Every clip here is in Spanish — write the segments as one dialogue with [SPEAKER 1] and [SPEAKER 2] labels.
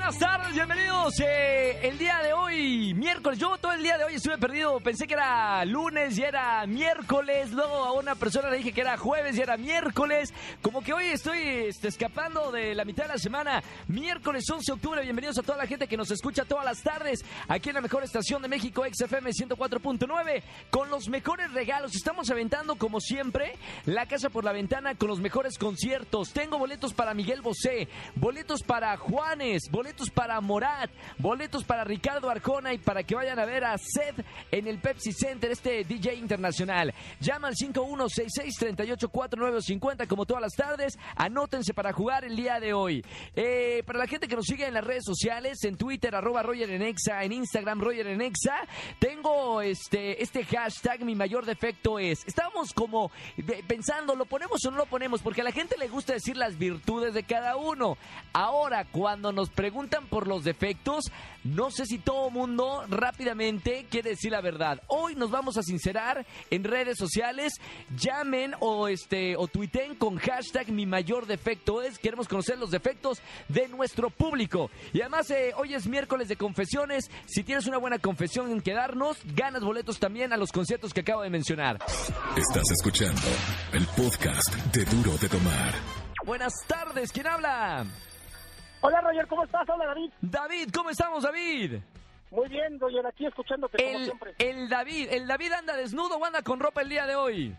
[SPEAKER 1] Buenas tardes, bienvenidos. Eh, el día de hoy, miércoles, yo todo el día de hoy estuve perdido. Pensé que era lunes y era miércoles. Luego a una persona le dije que era jueves y era miércoles. Como que hoy estoy este, escapando de la mitad de la semana. Miércoles 11 de octubre, bienvenidos a toda la gente que nos escucha todas las tardes aquí en la mejor estación de México, XFM 104.9, con los mejores regalos. Estamos aventando, como siempre, la casa por la ventana con los mejores conciertos. Tengo boletos para Miguel Bosé, boletos para Juanes, boletos para Morat, boletos para Ricardo Arjona y para que vayan a ver a Seth en el Pepsi Center, este DJ internacional. Llama al 5166-384950 como todas las tardes. Anótense para jugar el día de hoy. Eh, para la gente que nos sigue en las redes sociales, en Twitter, arroba Roger en Exa, en Instagram, Roger en Exa, tengo este, este hashtag, mi mayor defecto es. Estábamos como de- pensando, ¿lo ponemos o no lo ponemos? Porque a la gente le gusta decir las virtudes de cada uno. Ahora, cuando nos preguntan por los defectos, no sé si todo mundo rápidamente quiere decir la verdad. Hoy nos vamos a sincerar en redes sociales. Llamen o este o tuiteen con hashtag mi mayor defecto es. Queremos conocer los defectos de nuestro público. Y además, eh, hoy es miércoles de confesiones. Si tienes una buena confesión en quedarnos, ganas boletos también a los conciertos que acabo de mencionar.
[SPEAKER 2] Estás escuchando el podcast de Duro de Tomar.
[SPEAKER 1] Buenas tardes, ¿quién habla?
[SPEAKER 3] Hola Roger, ¿cómo estás? Hola David.
[SPEAKER 1] David, ¿cómo estamos, David?
[SPEAKER 3] Muy bien, Roger, aquí escuchándote como
[SPEAKER 1] El,
[SPEAKER 3] siempre.
[SPEAKER 1] el David, el David anda desnudo o anda con ropa el día de hoy.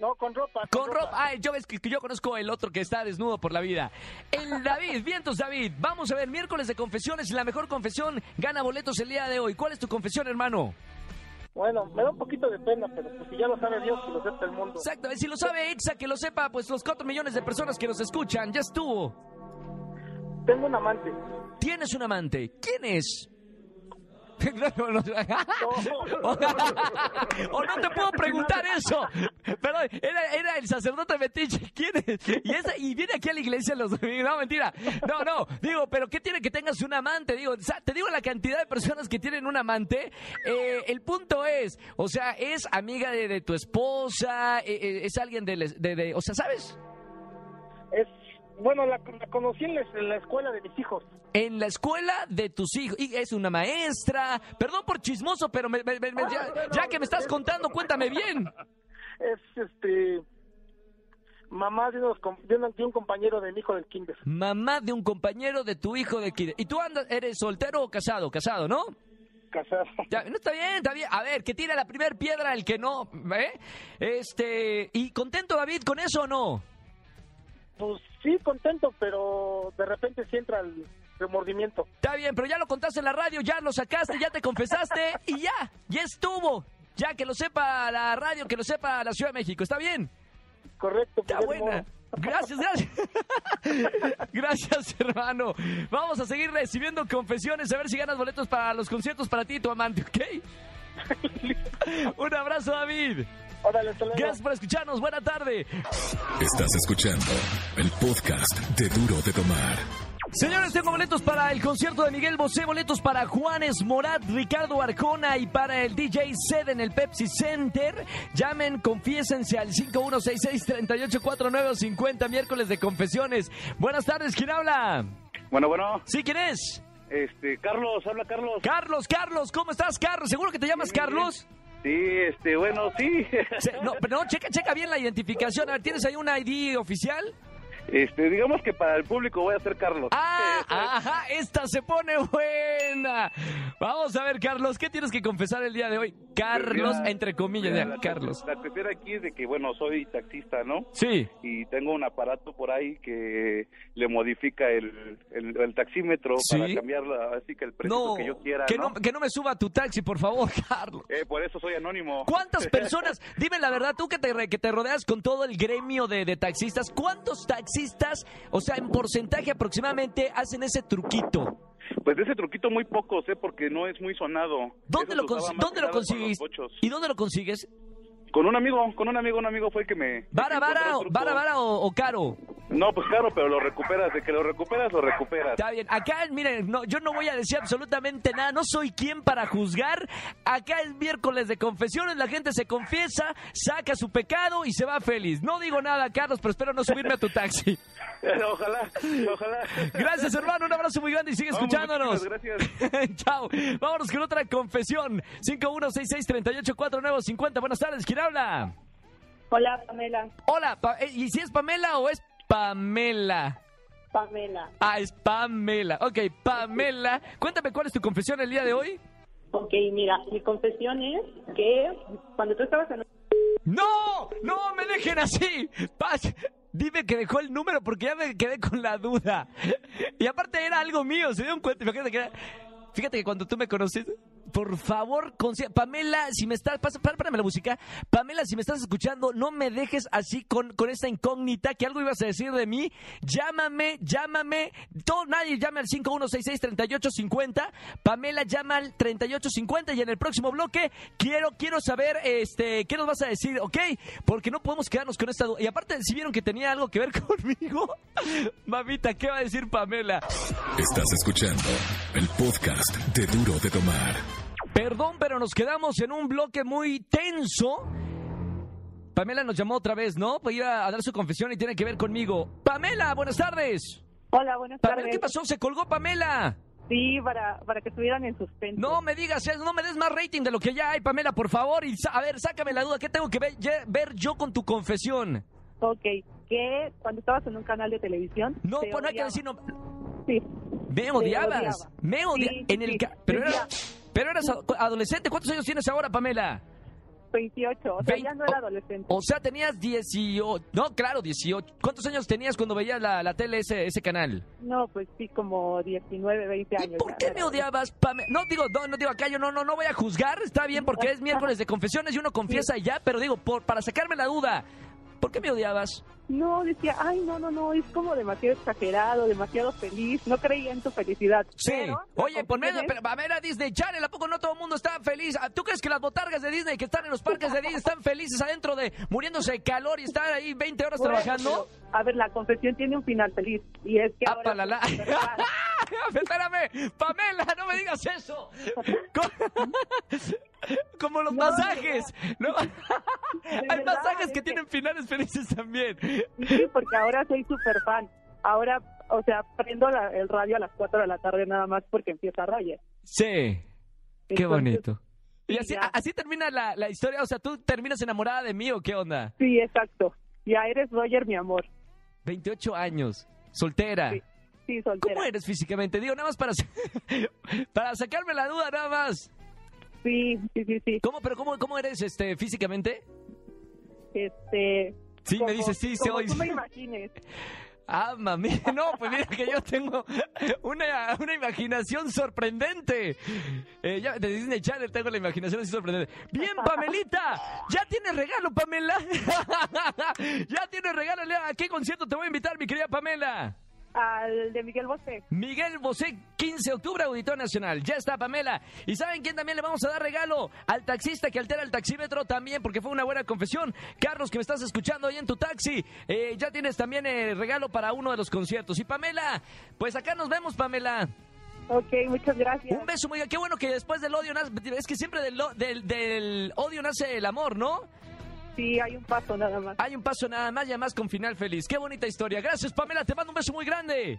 [SPEAKER 3] No, con ropa.
[SPEAKER 1] Con ropa, ay, yo ves que que yo conozco el otro que está desnudo por la vida. El David, vientos David, vamos a ver, miércoles de confesiones, la mejor confesión gana boletos el día de hoy. ¿Cuál es tu confesión, hermano?
[SPEAKER 3] Bueno, me da un poquito de pena, pero pues si ya lo sabe Dios y lo acepta el mundo.
[SPEAKER 1] Exacto, si lo sabe Exa, que lo sepa, pues los 4 millones de personas que nos escuchan, ya estuvo.
[SPEAKER 3] Tengo un amante.
[SPEAKER 1] Tienes un amante, ¿quién es? No, no,
[SPEAKER 3] No.
[SPEAKER 1] o no te puedo preguntar eso. Pero era, era el sacerdote metiche. ¿Quién es? Y, esa- y viene aquí a la iglesia los domingos. No, mentira. No, no. Digo, pero ¿qué tiene que tengas un amante? Digo, o sea, te digo la cantidad de personas que tienen un amante. Eh, el punto es, o sea, es amiga de, de tu esposa, eh, eh, es alguien de, les- de- de- o sea, ¿sabes?
[SPEAKER 3] Es, bueno, la, la conocí en la, en la escuela de mis hijos.
[SPEAKER 1] En la escuela de tus hijos. Y es una maestra. Perdón por chismoso, pero me- me- me- me- ya, ya que me estás contando, cuéntame bien.
[SPEAKER 3] Es, este, mamá de, unos com- de, una- de un compañero de mi hijo del kinder.
[SPEAKER 1] Mamá de un compañero de tu hijo de kinder. ¿Y tú andas, eres soltero o casado? Casado, ¿no?
[SPEAKER 3] Casado.
[SPEAKER 1] Ya, no está bien, está bien. A ver, que tira la primer piedra el que no, ¿eh? Este, ¿y contento David con eso o no?
[SPEAKER 3] Pues sí, contento, pero de repente sí entra el remordimiento.
[SPEAKER 1] Está bien, pero ya lo contaste en la radio, ya lo sacaste, ya te confesaste y ya, ya estuvo. Ya que lo sepa la radio, que lo sepa la Ciudad de México, ¿está bien?
[SPEAKER 3] Correcto. pues
[SPEAKER 1] Está
[SPEAKER 3] ya ni
[SPEAKER 1] buena.
[SPEAKER 3] modo.
[SPEAKER 1] Gracias, gracias. gracias, hermano. Vamos a seguir recibiendo confesiones, a ver si ganas boletos para los conciertos para ti y tu amante, ¿ok? Un abrazo, David.
[SPEAKER 3] Órale, hasta luego.
[SPEAKER 1] Gracias por escucharnos. Buena tarde.
[SPEAKER 2] Estás escuchando el podcast de Duro de Tomar.
[SPEAKER 1] Señores, tengo boletos para el concierto de Miguel Bosé, boletos para Juanes Morat, Ricardo Arjona y para el DJ Zed en el Pepsi Center. Llamen, confiésense al 5166-384950, miércoles de confesiones. Buenas tardes, ¿quién habla?
[SPEAKER 4] Bueno, bueno,
[SPEAKER 1] ¿Sí, quién es?
[SPEAKER 4] este, Carlos, habla Carlos.
[SPEAKER 1] Carlos, Carlos, ¿cómo estás, Carlos? ¿Seguro que te llamas
[SPEAKER 4] Bien,
[SPEAKER 1] Carlos?
[SPEAKER 4] Sí, este, bueno, sí.
[SPEAKER 1] Se- No, pero no, checa, checa bien la identificación. A ver, ¿tienes ahí un ID oficial?
[SPEAKER 4] Este, digamos que para el público voy a ser Carlos.
[SPEAKER 1] Ah, ajá, esta se pone buena. Vamos a ver, Carlos, ¿qué tienes que confesar el día de hoy? Carlos,
[SPEAKER 4] Mira,
[SPEAKER 1] entre comillas,
[SPEAKER 4] Mira,
[SPEAKER 1] ya,
[SPEAKER 4] la-
[SPEAKER 1] Carlos.
[SPEAKER 4] La cuestión aquí es de que, bueno, soy taxista, ¿no?
[SPEAKER 1] Sí,
[SPEAKER 4] Y tengo un aparato por ahí que le modifica el, el, el taxímetro
[SPEAKER 1] Sí.
[SPEAKER 4] para cambiar la- así que el precio
[SPEAKER 1] no,
[SPEAKER 4] que yo quiera,
[SPEAKER 1] que
[SPEAKER 4] ¿no?
[SPEAKER 1] no, que no me suba a tu taxi, por favor, Carlos.
[SPEAKER 4] Eh, por eso soy anónimo.
[SPEAKER 1] ¿Cuántas personas, dime la verdad, tú que te, re- que te rodeas con todo el gremio de, de taxistas, ¿cuántos taxistas, o sea, en porcentaje aproximadamente, hacen ese truquito?
[SPEAKER 4] Pues de ese truquito muy pocos, ¿eh? Porque no es muy sonado.
[SPEAKER 1] ¿Dónde
[SPEAKER 4] Eso
[SPEAKER 1] lo,
[SPEAKER 4] se usaba
[SPEAKER 1] consi-
[SPEAKER 4] más
[SPEAKER 1] ¿dónde
[SPEAKER 4] que
[SPEAKER 1] lo
[SPEAKER 4] nada con los
[SPEAKER 1] consigues?
[SPEAKER 4] bochos.
[SPEAKER 1] ¿Y dónde lo consigues?
[SPEAKER 4] Con un amigo, con un amigo, un amigo fue el que me...
[SPEAKER 1] ¿Vara,
[SPEAKER 4] me encontró
[SPEAKER 1] vara,
[SPEAKER 4] el
[SPEAKER 1] o-
[SPEAKER 4] truco.
[SPEAKER 1] vara, vara o- o caro?
[SPEAKER 4] No, pues claro, pero lo recuperas, de que lo recuperas, lo recuperas.
[SPEAKER 1] Está bien. Acá, miren, no, yo no voy a decir absolutamente nada. No soy quien para juzgar. Acá es miércoles de confesiones. La gente se confiesa, saca su pecado y se va feliz. No digo nada, Carlos, pero espero no subirme a tu taxi.
[SPEAKER 4] Ojalá, ojalá.
[SPEAKER 1] Gracias, hermano. Un abrazo muy grande y sigue
[SPEAKER 4] Vamos,
[SPEAKER 1] escuchándonos.
[SPEAKER 4] muchísimas gracias.
[SPEAKER 1] Chao. Vámonos con otra confesión. 5166384950. Buenas tardes. ¿Quién habla?
[SPEAKER 5] Hola, Pamela.
[SPEAKER 1] Hola. Pa- eh, ¿Y si es Pamela o es Pamela?
[SPEAKER 5] Pamela.
[SPEAKER 1] Ah, es Pamela. Ok, Pamela. Cuéntame cuál es tu confesión el día de hoy.
[SPEAKER 5] Ok, mira, mi confesión es que cuando tú estabas en...
[SPEAKER 1] ¡No! ¡No me dejen así! Paz, dime que dejó el número porque ya me quedé con la duda. Y aparte era algo mío, se dieron cuenta. Imagínate que era- Fíjate que cuando tú me conociste. Por favor, consi- Pamela, si me estás. Pasa, pá- párame la música. Pamela, si me estás escuchando, no me dejes así con, con esta incógnita que algo ibas a decir de mí. Llámame, llámame. Todo, nadie llame al 5166-3850. Pamela llama al 3850 y en el próximo bloque quiero, quiero saber este, qué nos vas a decir, ¿ok? Porque no podemos quedarnos con esta duda. Y aparte, si vieron que tenía algo que ver conmigo, mamita, ¿qué va a decir Pamela?
[SPEAKER 2] Estás escuchando el podcast de Duro de Tomar.
[SPEAKER 1] Perdón, pero nos quedamos en un bloque muy tenso. Pamela nos llamó otra vez, ¿no? Para ir a, a dar su confesión y tiene que ver conmigo. Pamela, buenas tardes.
[SPEAKER 5] Hola, buenas
[SPEAKER 1] Pamela,
[SPEAKER 5] tardes.
[SPEAKER 1] ¿qué pasó? Se colgó Pamela.
[SPEAKER 5] Sí, para, para que estuvieran en suspenso.
[SPEAKER 1] No me digas eso, no me des más rating de lo que ya hay, Pamela, por favor. Y sa- a ver, sácame la duda. ¿Qué tengo que ver, ye- ver yo con tu confesión?
[SPEAKER 5] Ok, que cuando estabas en un canal de televisión...
[SPEAKER 1] No,
[SPEAKER 5] te
[SPEAKER 1] pues no hay que
[SPEAKER 5] odiaban.
[SPEAKER 1] decir no.
[SPEAKER 5] Sí,
[SPEAKER 1] Me odiabas.
[SPEAKER 5] odiaba.
[SPEAKER 1] Me odiabas.
[SPEAKER 5] Sí,
[SPEAKER 1] en el
[SPEAKER 5] sí,
[SPEAKER 1] ca-
[SPEAKER 5] te
[SPEAKER 1] pero, era-
[SPEAKER 5] odiaba.
[SPEAKER 1] pero eras ad- adolescente. ¿Cuántos años tienes ahora, Pamela?
[SPEAKER 5] 28, o sea, ya
[SPEAKER 1] Vein-
[SPEAKER 5] no era
[SPEAKER 1] o-
[SPEAKER 5] adolescente.
[SPEAKER 1] O sea, tenías 18. No, claro, 18. ¿Cuántos años tenías cuando veías la, la tele ese, ese canal?
[SPEAKER 5] No, pues sí, como 19, 20 años.
[SPEAKER 1] ¿Y por
[SPEAKER 5] ya
[SPEAKER 1] qué
[SPEAKER 5] era
[SPEAKER 1] me odiabas, Pame? No digo, no, no digo acá, yo no, no, no voy a juzgar, está bien, porque es miércoles de confesiones y uno confiesa y ya, pero digo, por, para sacarme la duda, ¿por qué me odiabas?
[SPEAKER 5] No, decía, ay, no, no, no, es como demasiado exagerado, demasiado feliz, no creía en tu felicidad.
[SPEAKER 1] Sí.
[SPEAKER 5] Pero,
[SPEAKER 1] Oye, ponme
[SPEAKER 5] ¿entiendes?
[SPEAKER 1] pero, a ver a Disney Channel, ¿a poco no todo el mundo está feliz? ¿Ah, ¿Tú crees que las botargas de Disney que están en los parques de Disney están felices adentro de muriéndose de calor y están ahí 20 horas
[SPEAKER 5] Bueno,
[SPEAKER 1] trabajando?
[SPEAKER 5] pero, A ver, la confesión tiene un final feliz y es que
[SPEAKER 1] Ah,
[SPEAKER 5] ahora...
[SPEAKER 1] palala. Espérame, Pamela, no me digas eso. Co- Como los
[SPEAKER 5] No,
[SPEAKER 1] masajes. ¿no? Hay
[SPEAKER 5] verdad,
[SPEAKER 1] masajes
[SPEAKER 5] es
[SPEAKER 1] que
[SPEAKER 5] que-
[SPEAKER 1] tienen finales felices también.
[SPEAKER 5] Sí, porque ahora soy súper fan. Ahora, o sea, prendo la- el radio a las 4 de la tarde nada más porque empieza Roger.
[SPEAKER 1] Sí, qué
[SPEAKER 5] Entonces,
[SPEAKER 1] bonito. Y
[SPEAKER 5] sí,
[SPEAKER 1] así,
[SPEAKER 5] ya.
[SPEAKER 1] a- así termina la, la historia. O sea, ¿tú terminas enamorada de mí o qué onda?
[SPEAKER 5] Sí, exacto. Ya eres Roger, mi amor.
[SPEAKER 1] 28 años, soltera.
[SPEAKER 5] Sí, Sí,
[SPEAKER 1] ¿Cómo
[SPEAKER 5] soltera.
[SPEAKER 1] eres físicamente? Digo, nada más para, sa- para sacarme la duda, nada más.
[SPEAKER 5] Sí, sí, sí, sí.
[SPEAKER 1] ¿Cómo, pero cómo, cómo eres este, físicamente?
[SPEAKER 5] Este...
[SPEAKER 1] Sí,
[SPEAKER 5] como-
[SPEAKER 1] me dices, sí,
[SPEAKER 5] como
[SPEAKER 1] soy.
[SPEAKER 5] tú me imagines.
[SPEAKER 1] Ah, mami. No, pues mira que yo tengo una, una imaginación sorprendente. Eh, ya, de Disney Channel tengo la imaginación así sorprendente. Bien, Pamelita. Ya tienes regalo, Pamela. ya tienes regalo. Lea, ¿A qué concierto te voy a invitar, mi querida Pamela?
[SPEAKER 5] Al de Miguel Bosé.
[SPEAKER 1] Miguel Bosé, 15 de octubre, Auditor Nacional. Ya está, Pamela. ¿Y saben quién también le vamos a dar regalo? Al taxista que altera el taxímetro también, porque fue una buena confesión. Carlos, que me estás escuchando ahí en tu taxi, eh, ya tienes también eh, regalo para uno de los conciertos. Y Pamela, pues acá nos vemos, Pamela.
[SPEAKER 5] Ok, muchas gracias.
[SPEAKER 1] Un beso muy Qué bueno que después del odio nace... Es que siempre del, lo- del- del odio nace el amor, ¿no?
[SPEAKER 5] Sí, hay un paso nada más.
[SPEAKER 1] Hay un paso nada más y además con final feliz. Qué bonita historia. Gracias, Pamela. Te mando un beso muy grande.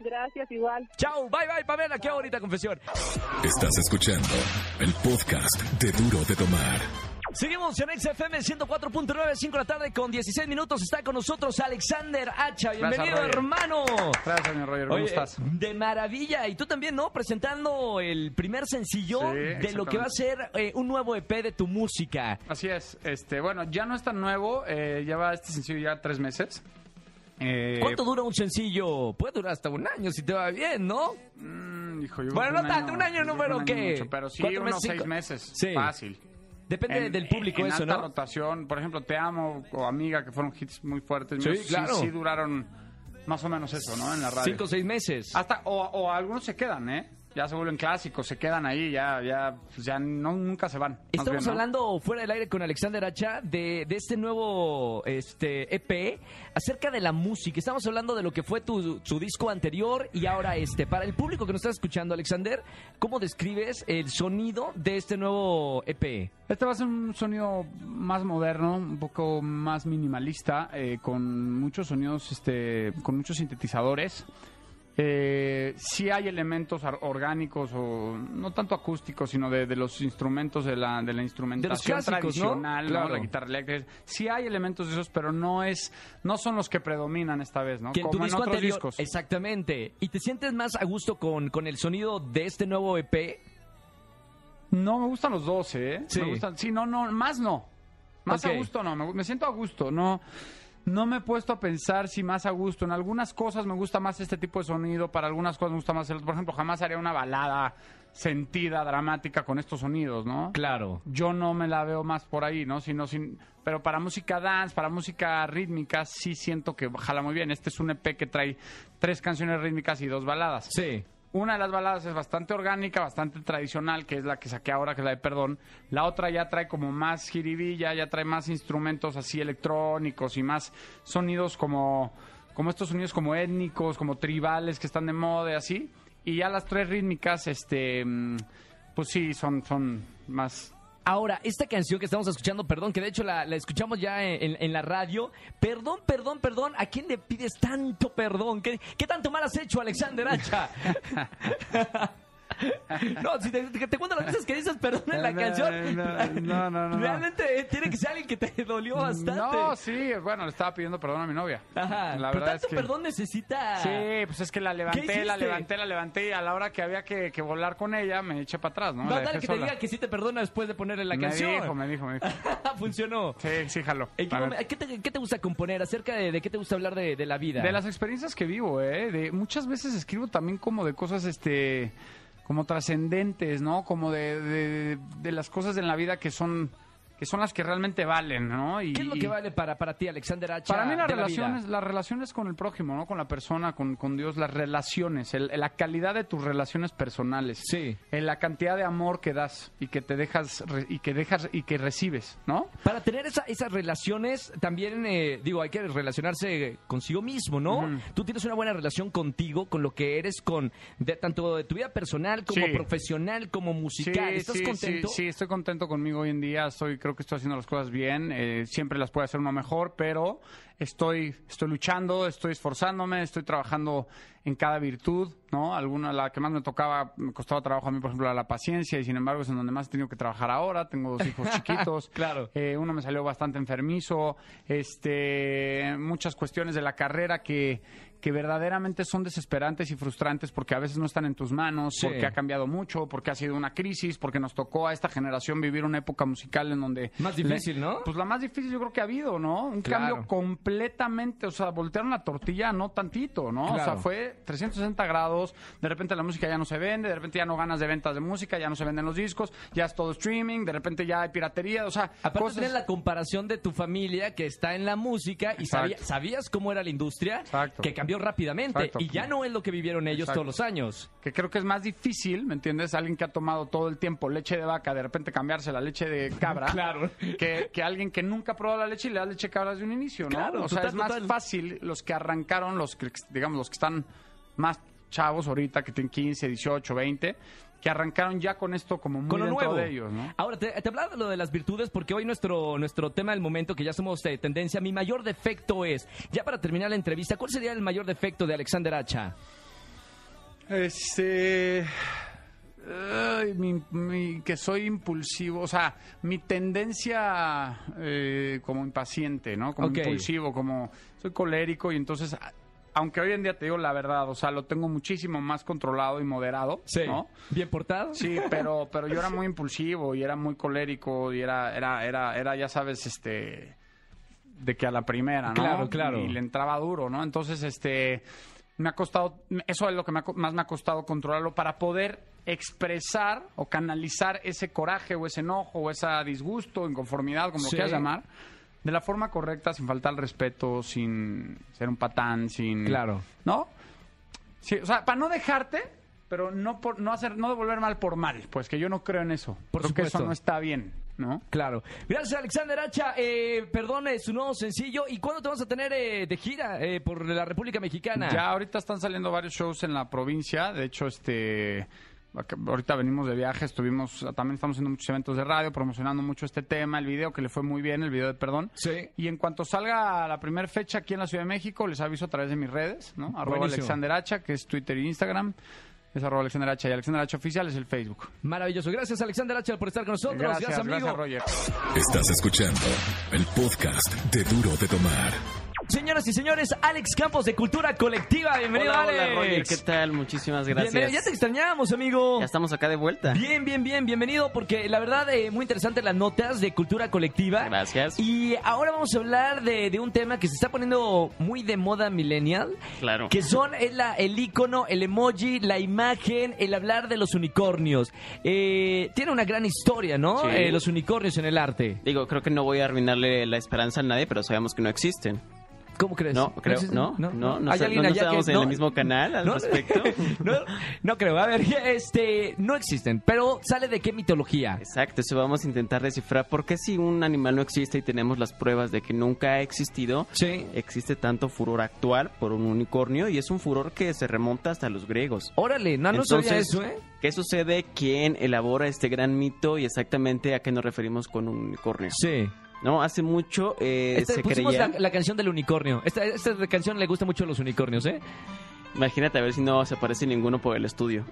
[SPEAKER 5] Gracias, igual.
[SPEAKER 1] Chao. Bye, bye, Pamela. Qué bonita confesión.
[SPEAKER 2] Estás escuchando el podcast de Duro de Tomar.
[SPEAKER 1] Seguimos en XFM 104.9, 5 de la tarde con 16 minutos. Está con nosotros Alexander Hacha. Bienvenido,
[SPEAKER 6] Roger.
[SPEAKER 1] hermano.
[SPEAKER 6] Gracias, mi Roger. ¿Cómo
[SPEAKER 1] Oye, eh,
[SPEAKER 6] estás?
[SPEAKER 1] De maravilla. Y tú también, ¿no? Presentando el primer sencillo
[SPEAKER 6] Sí,
[SPEAKER 1] de lo que va a ser eh, un nuevo EP de tu música.
[SPEAKER 6] Así es. Este, bueno, ya no es tan nuevo. eh, ya va este sencillo ya tres meses. Eh,
[SPEAKER 1] ¿Cuánto dura un sencillo? Puede durar hasta un año si te va bien, ¿no?
[SPEAKER 6] mm, hijo, yo
[SPEAKER 1] Bueno,
[SPEAKER 6] creo que
[SPEAKER 1] no tanto, un año
[SPEAKER 6] yo creo
[SPEAKER 1] no, pero
[SPEAKER 6] un año
[SPEAKER 1] ¿qué?
[SPEAKER 6] mucho, pero sí,
[SPEAKER 1] ¿Cuatro
[SPEAKER 6] unos
[SPEAKER 1] meses, cinco?
[SPEAKER 6] seis meses.
[SPEAKER 1] Sí.
[SPEAKER 6] Fácil.
[SPEAKER 1] Depende
[SPEAKER 6] En-
[SPEAKER 1] del público
[SPEAKER 6] en
[SPEAKER 1] eso,
[SPEAKER 6] alta
[SPEAKER 1] ¿no?
[SPEAKER 6] rotación, por ejemplo, Te Amo o Amiga, que fueron hits muy fuertes.
[SPEAKER 1] Sí,
[SPEAKER 6] míos,
[SPEAKER 1] claro.
[SPEAKER 6] Sí, duraron más o menos eso, ¿no? En la radio.
[SPEAKER 1] Cinco o seis meses.
[SPEAKER 6] Hasta, o, o algunos se quedan, ¿eh? ya se vuelven clásicos, se quedan ahí, ya, ya, pues, ya no, nunca se van. más
[SPEAKER 1] Estamos
[SPEAKER 6] bien, ¿no?
[SPEAKER 1] hablando fuera del aire con Alexander Hacha de, de este nuevo este, EP acerca de la música. Estamos hablando de lo que fue tu, su disco anterior y ahora este. Para el público que nos está escuchando, Alexander, ¿cómo describes el sonido de este nuevo EP?
[SPEAKER 6] Este va a ser un sonido más moderno, un poco más minimalista, eh, con muchos sonidos, este, con muchos sintetizadores. Eh, sí hay elementos ar- orgánicos o no tanto acústicos, sino de, de los instrumentos de la, de la instrumentación
[SPEAKER 1] clásicos, ¿no?
[SPEAKER 6] tradicional, ¿no?
[SPEAKER 1] Claro.
[SPEAKER 6] la guitarra eléctrica. Sí hay elementos de esos, pero no es, no son los que predominan esta vez, ¿no?
[SPEAKER 1] Que en
[SPEAKER 6] Como
[SPEAKER 1] tu
[SPEAKER 6] en
[SPEAKER 1] disco
[SPEAKER 6] otros
[SPEAKER 1] anterior.
[SPEAKER 6] discos.
[SPEAKER 1] Exactamente. ¿Y te sientes más a gusto con, con el sonido de este nuevo EP?
[SPEAKER 6] No, me gustan los dos, ¿eh?
[SPEAKER 1] Sí.
[SPEAKER 6] Me gustan, sí, no, no, más no. Más
[SPEAKER 1] Ok.
[SPEAKER 6] a gusto no, me, me siento a gusto, no. No me he puesto a pensar si más a gusto. En algunas cosas me gusta más este tipo de sonido, para algunas cosas me gusta más el otro. Por ejemplo, jamás haría una balada sentida, dramática con estos sonidos, ¿no?
[SPEAKER 1] Claro.
[SPEAKER 6] Yo no me la veo más por ahí, ¿no? Sino sin, pero para música dance, para música rítmica, sí siento que jala muy bien. Este es un EP que trae tres canciones rítmicas y dos baladas.
[SPEAKER 1] Sí.
[SPEAKER 6] Una de las baladas es bastante orgánica, bastante tradicional, que es la que saqué ahora, que es la de Perdón. La otra ya trae como más jiribilla, ya trae más instrumentos así electrónicos y más sonidos como, como estos sonidos como étnicos, como tribales que están de moda y así. Y ya las tres rítmicas, este, mm, pues sí, son, son más...
[SPEAKER 1] Ahora, esta canción que estamos escuchando, perdón, que de hecho la, la escuchamos ya en, en- en la radio. Perdón, perdón, perdón. ¿A quién le pides tanto perdón? ¿Qué, qué tanto mal has hecho, Alexander Hacha? No, si te, te- te cuento las veces que dices perdón en la
[SPEAKER 6] No,
[SPEAKER 1] canción,
[SPEAKER 6] no, no, no, no.
[SPEAKER 1] realmente eh, tiene que ser alguien que te dolió bastante.
[SPEAKER 6] No, sí, bueno, le estaba pidiendo perdón a mi novia.
[SPEAKER 1] Ajá,
[SPEAKER 6] La
[SPEAKER 1] pero
[SPEAKER 6] verdad es
[SPEAKER 1] tanto
[SPEAKER 6] que...
[SPEAKER 1] perdón necesita.
[SPEAKER 6] Sí, pues es que la levanté, la
[SPEAKER 1] Ah. hiciste?
[SPEAKER 6] levanté, la levanté y a la hora que había que, que volar con ella me eché para atrás, ¿no?
[SPEAKER 1] Más
[SPEAKER 6] La
[SPEAKER 1] vale
[SPEAKER 6] dejé
[SPEAKER 1] que te
[SPEAKER 6] sola.
[SPEAKER 1] diga que sí te perdona después de ponerle la
[SPEAKER 6] me
[SPEAKER 1] canción.
[SPEAKER 6] dijo, me dijo, me dijo.
[SPEAKER 1] Funcionó.
[SPEAKER 6] Sí, sí, jalo.
[SPEAKER 1] ¿En qué,
[SPEAKER 6] A ver.
[SPEAKER 1] momen- qué te, qué te gusta componer? ¿Acerca de, de qué te gusta hablar de, de la vida?
[SPEAKER 6] De las experiencias que vivo, ¿eh? De, muchas veces escribo también como de cosas, este, como trascendentes, ¿no? Como de, de- de las cosas en la vida que son, que son las que realmente valen, ¿no? Y,
[SPEAKER 1] ¿Qué es lo
[SPEAKER 6] y-
[SPEAKER 1] que vale para, para ti, Alexander Hacha?
[SPEAKER 6] Para mí las
[SPEAKER 1] de la
[SPEAKER 6] relaciones,
[SPEAKER 1] vida?
[SPEAKER 6] las relaciones con el prójimo, ¿no? Con la persona, con, con Dios, las relaciones, el- la calidad de tus relaciones personales.
[SPEAKER 1] Sí.
[SPEAKER 6] En la cantidad de amor que das y que te dejas re- y que dejas y que recibes, ¿no?
[SPEAKER 1] Para tener esa- esas relaciones, también, eh, digo, hay que relacionarse consigo mismo, ¿no?
[SPEAKER 6] Ujú.
[SPEAKER 1] Tú tienes una buena relación contigo, con lo que eres, con de, tanto de tu vida personal como
[SPEAKER 6] Sí.
[SPEAKER 1] profesional, como musical. ¿Estás
[SPEAKER 6] sí,
[SPEAKER 1] contento?
[SPEAKER 6] Sí, sí, estoy contento conmigo hoy en día. Estoy, creo que estoy haciendo las cosas bien. eh, siempre las puedo hacer uno mejor, pero estoy, estoy luchando, estoy esforzándome, estoy trabajando en cada virtud, ¿no? Alguna, la que más me tocaba, me costaba trabajo a mí, por ejemplo, la paciencia, y sin embargo es en donde más he tenido que trabajar ahora. Tengo dos hijos chiquitos.
[SPEAKER 1] Claro.
[SPEAKER 6] Eh, uno me salió bastante enfermizo. Este, muchas cuestiones de la carrera que, que verdaderamente son desesperantes y frustrantes porque a veces no están en tus manos,
[SPEAKER 1] Sí.
[SPEAKER 6] porque ha cambiado mucho, porque ha sido una crisis, porque nos tocó a esta generación vivir una época musical en donde...
[SPEAKER 1] Más difícil,
[SPEAKER 6] le-
[SPEAKER 1] ¿no?
[SPEAKER 6] Pues la más difícil yo creo que ha habido, ¿no? Un
[SPEAKER 1] Claro.
[SPEAKER 6] cambio completamente, o sea, voltearon la tortilla no tantito, ¿no? O sea,
[SPEAKER 1] Claro.
[SPEAKER 6] fue 360 grados, de repente la música ya no se vende, de repente ya no ganas de ventas de música, ya no se venden los discos, ya es todo streaming, de repente ya hay piratería, o sea,
[SPEAKER 1] Aparte
[SPEAKER 6] cosas-
[SPEAKER 1] tienes la comparación de tu familia que está en la música y sabía-
[SPEAKER 6] Exacto.
[SPEAKER 1] sabías cómo era la industria
[SPEAKER 6] Exacto.
[SPEAKER 1] que cambió rápidamente
[SPEAKER 6] Exacto.
[SPEAKER 1] y ya no es lo que vivieron ellos
[SPEAKER 6] Exacto.
[SPEAKER 1] todos los años.
[SPEAKER 6] que creo que es más difícil, ¿me entiendes? Alguien que ha tomado todo el tiempo leche de vaca, de repente cambiarse la leche de cabra.
[SPEAKER 1] Claro.
[SPEAKER 6] Que, que alguien que nunca ha probado la leche y le da leche de cabra desde un inicio, ¿no?
[SPEAKER 1] Claro,
[SPEAKER 6] o sea,
[SPEAKER 1] total,
[SPEAKER 6] es más
[SPEAKER 1] total.
[SPEAKER 6] fácil los que arrancaron, los que, digamos, los que están más chavos ahorita, que tienen 15, 18, 20, que arrancaron ya con esto como muy
[SPEAKER 1] con lo
[SPEAKER 6] dentro
[SPEAKER 1] nuevo.
[SPEAKER 6] de ellos, ¿no?
[SPEAKER 1] Ahora, te, te hablaba de lo de las virtudes porque hoy nuestro, nuestro tema del momento, que ya somos de tendencia, mi mayor defecto es, ya para terminar la entrevista, ¿cuál sería el mayor defecto de Alexander Hacha?
[SPEAKER 6] Este. ay, mi- mi- que soy impulsivo, o sea, mi tendencia eh, como impaciente, ¿no? Como
[SPEAKER 1] Ok.
[SPEAKER 6] impulsivo, como soy colérico y entonces, a- aunque hoy en día te digo la verdad, o sea, lo tengo muchísimo más controlado y moderado, ¿no?
[SPEAKER 1] ¿Bien portado?
[SPEAKER 6] Sí, pero, pero yo era muy impulsivo y era muy colérico y era, era, era, era, ya sabes, este, de que a la primera, ¿no?
[SPEAKER 1] Claro, claro.
[SPEAKER 6] Y le entraba duro, ¿no? Entonces, este, me ha costado, eso es lo que me ha co- más me ha costado controlarlo para poder expresar o canalizar ese coraje o ese enojo o ese disgusto, inconformidad, como
[SPEAKER 1] Sí.
[SPEAKER 6] lo quieras llamar, de la forma correcta, sin faltar al respeto, sin ser un patán, sin...
[SPEAKER 1] Claro.
[SPEAKER 6] ¿No? Sí, o sea, para no dejarte pero no por no hacer no devolver mal por mal, pues que yo no creo en eso.
[SPEAKER 1] Por
[SPEAKER 6] Creo que eso
[SPEAKER 1] supuesto.
[SPEAKER 6] no está bien, ¿no?
[SPEAKER 1] Claro. Gracias, Alexander Hacha. Eh, perdone su nuevo sencillo. ¿Y cuándo te vas a tener eh, de gira eh, por la República Mexicana?
[SPEAKER 6] Ya ahorita están saliendo varios shows en la provincia. De hecho, este acá- ahorita venimos de viaje, estuvimos, también estamos haciendo muchos eventos de radio, promocionando mucho este tema, el video que le fue muy bien, el video de perdón.
[SPEAKER 1] Sí.
[SPEAKER 6] Y en cuanto salga la primera fecha aquí en la Ciudad de México, les aviso a través de mis redes, ¿no? Arroba
[SPEAKER 1] Buenísimo.
[SPEAKER 6] Alexander Hacha, que es Twitter y Instagram. Es arroba Alexander Hacha y Alexander Hacha Oficial es el Facebook.
[SPEAKER 1] Maravilloso. Gracias, Alexander Hacha, por estar con nosotros. Gracias, amigo.
[SPEAKER 6] gracias Roger.
[SPEAKER 2] Estás escuchando el podcast de Duro de Tomar.
[SPEAKER 1] Señoras y señores, Alex Campos de Cultura Colectiva. Bienvenido,
[SPEAKER 7] Hola,
[SPEAKER 1] Alex.
[SPEAKER 7] hola, Roger, ¿qué tal? Muchísimas gracias.
[SPEAKER 1] Bienvenido. Ya te extrañamos, amigo.
[SPEAKER 7] Ya estamos acá de vuelta.
[SPEAKER 1] Bien, bien, bien, bienvenido, porque la verdad, eh, muy interesante las notas de cultura colectiva.
[SPEAKER 7] Gracias.
[SPEAKER 1] Y ahora vamos a hablar de, de un tema que se está poniendo muy de moda millennial.
[SPEAKER 7] Claro.
[SPEAKER 1] Que son el, la- el icono, el emoji, la imagen, el hablar de los unicornios. Eh, tiene una gran historia, ¿no?
[SPEAKER 7] Sí.
[SPEAKER 1] Eh, los unicornios en el arte.
[SPEAKER 7] Digo, creo que no voy a arruinarle la esperanza a nadie, pero sabemos que no existen.
[SPEAKER 1] ¿Cómo crees?
[SPEAKER 7] No, creo,
[SPEAKER 1] existe?
[SPEAKER 7] no, no, no,
[SPEAKER 1] ¿Hay
[SPEAKER 7] sé,
[SPEAKER 1] alguien
[SPEAKER 7] no nos
[SPEAKER 1] allá que-
[SPEAKER 7] quedamos en
[SPEAKER 1] no?
[SPEAKER 7] el mismo canal al
[SPEAKER 1] No,
[SPEAKER 7] respecto.
[SPEAKER 1] no, no creo. A ver, este, no existen, pero ¿sale de qué mitología?
[SPEAKER 7] Exacto, eso vamos a intentar descifrar. ¿Por qué si un animal no existe y tenemos las pruebas de que nunca ha existido,
[SPEAKER 1] Sí.
[SPEAKER 7] existe tanto furor actual por un unicornio? Y es un furor que se remonta hasta los griegos.
[SPEAKER 1] Órale, no, no sabía eso, ¿eh?
[SPEAKER 7] ¿qué sucede? ¿Quién elabora este gran mito y exactamente a qué nos referimos con un unicornio?
[SPEAKER 1] Sí.
[SPEAKER 7] No, hace mucho eh,
[SPEAKER 1] Este,
[SPEAKER 7] se
[SPEAKER 1] pusimos
[SPEAKER 7] creía...
[SPEAKER 1] la, la canción del unicornio. Esta, esta canción le gusta mucho a los unicornios, ¿eh?
[SPEAKER 7] Imagínate a ver si no se aparece ninguno por el estudio.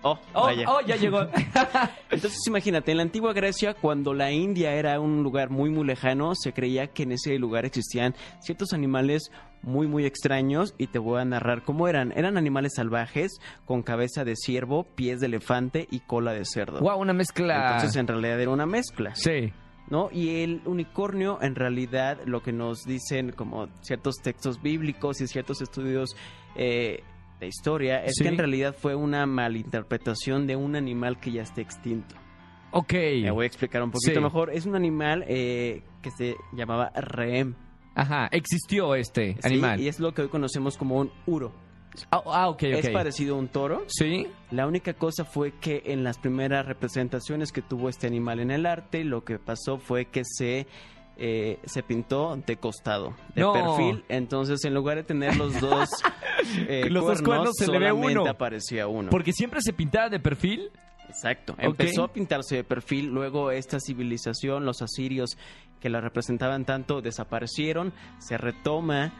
[SPEAKER 7] Oh,
[SPEAKER 1] Oh,
[SPEAKER 7] vaya.
[SPEAKER 1] oh, ya llegó.
[SPEAKER 7] Entonces imagínate, en la antigua Grecia, cuando la India era un lugar muy muy lejano, se creía que en ese lugar existían ciertos animales muy muy extraños y te voy a narrar cómo eran. Eran animales salvajes con cabeza de ciervo, pies de elefante y cola de cerdo.
[SPEAKER 1] wow, una mezcla.
[SPEAKER 7] Entonces en realidad era una mezcla.
[SPEAKER 1] Sí.
[SPEAKER 7] ¿no? Y el unicornio, en realidad, lo que nos dicen como ciertos textos bíblicos y ciertos estudios eh, de historia, es
[SPEAKER 1] Sí.
[SPEAKER 7] que en realidad fue una malinterpretación de un animal que ya está extinto.
[SPEAKER 1] Ok.
[SPEAKER 7] Me voy a explicar un poquito
[SPEAKER 1] Sí.
[SPEAKER 7] mejor. Es un animal eh, que se llamaba reem.
[SPEAKER 1] Ajá, existió este
[SPEAKER 7] ¿sí?
[SPEAKER 1] animal.
[SPEAKER 7] Y es lo que hoy conocemos como un uro.
[SPEAKER 1] Ah, ah, ok, ok.
[SPEAKER 7] Es parecido a un toro.
[SPEAKER 1] Sí.
[SPEAKER 7] La única cosa fue que en las primeras representaciones que tuvo este animal en el arte, lo que pasó fue que se, eh, se pintó de costado, de
[SPEAKER 1] No.
[SPEAKER 7] perfil. Entonces, en lugar de tener los dos eh,
[SPEAKER 1] Los dos
[SPEAKER 7] cuernos,
[SPEAKER 1] cuernos se le ve
[SPEAKER 7] solamente
[SPEAKER 1] uno.
[SPEAKER 7] aparecía uno.
[SPEAKER 1] Porque siempre se pintaba de perfil.
[SPEAKER 7] Exacto.
[SPEAKER 1] Ok.
[SPEAKER 7] Empezó a pintarse de perfil, luego esta civilización, los asirios que la representaban tanto, desaparecieron, se retoma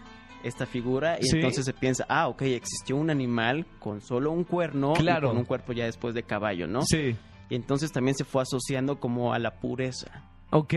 [SPEAKER 7] esta figura y
[SPEAKER 1] Sí.
[SPEAKER 7] entonces se piensa, ah, ok, existió un animal con solo un cuerno y
[SPEAKER 1] Claro.
[SPEAKER 7] con un cuerpo ya después de caballo, ¿no?
[SPEAKER 1] Sí.
[SPEAKER 7] Y entonces también se fue asociando como a la pureza.
[SPEAKER 1] Ok.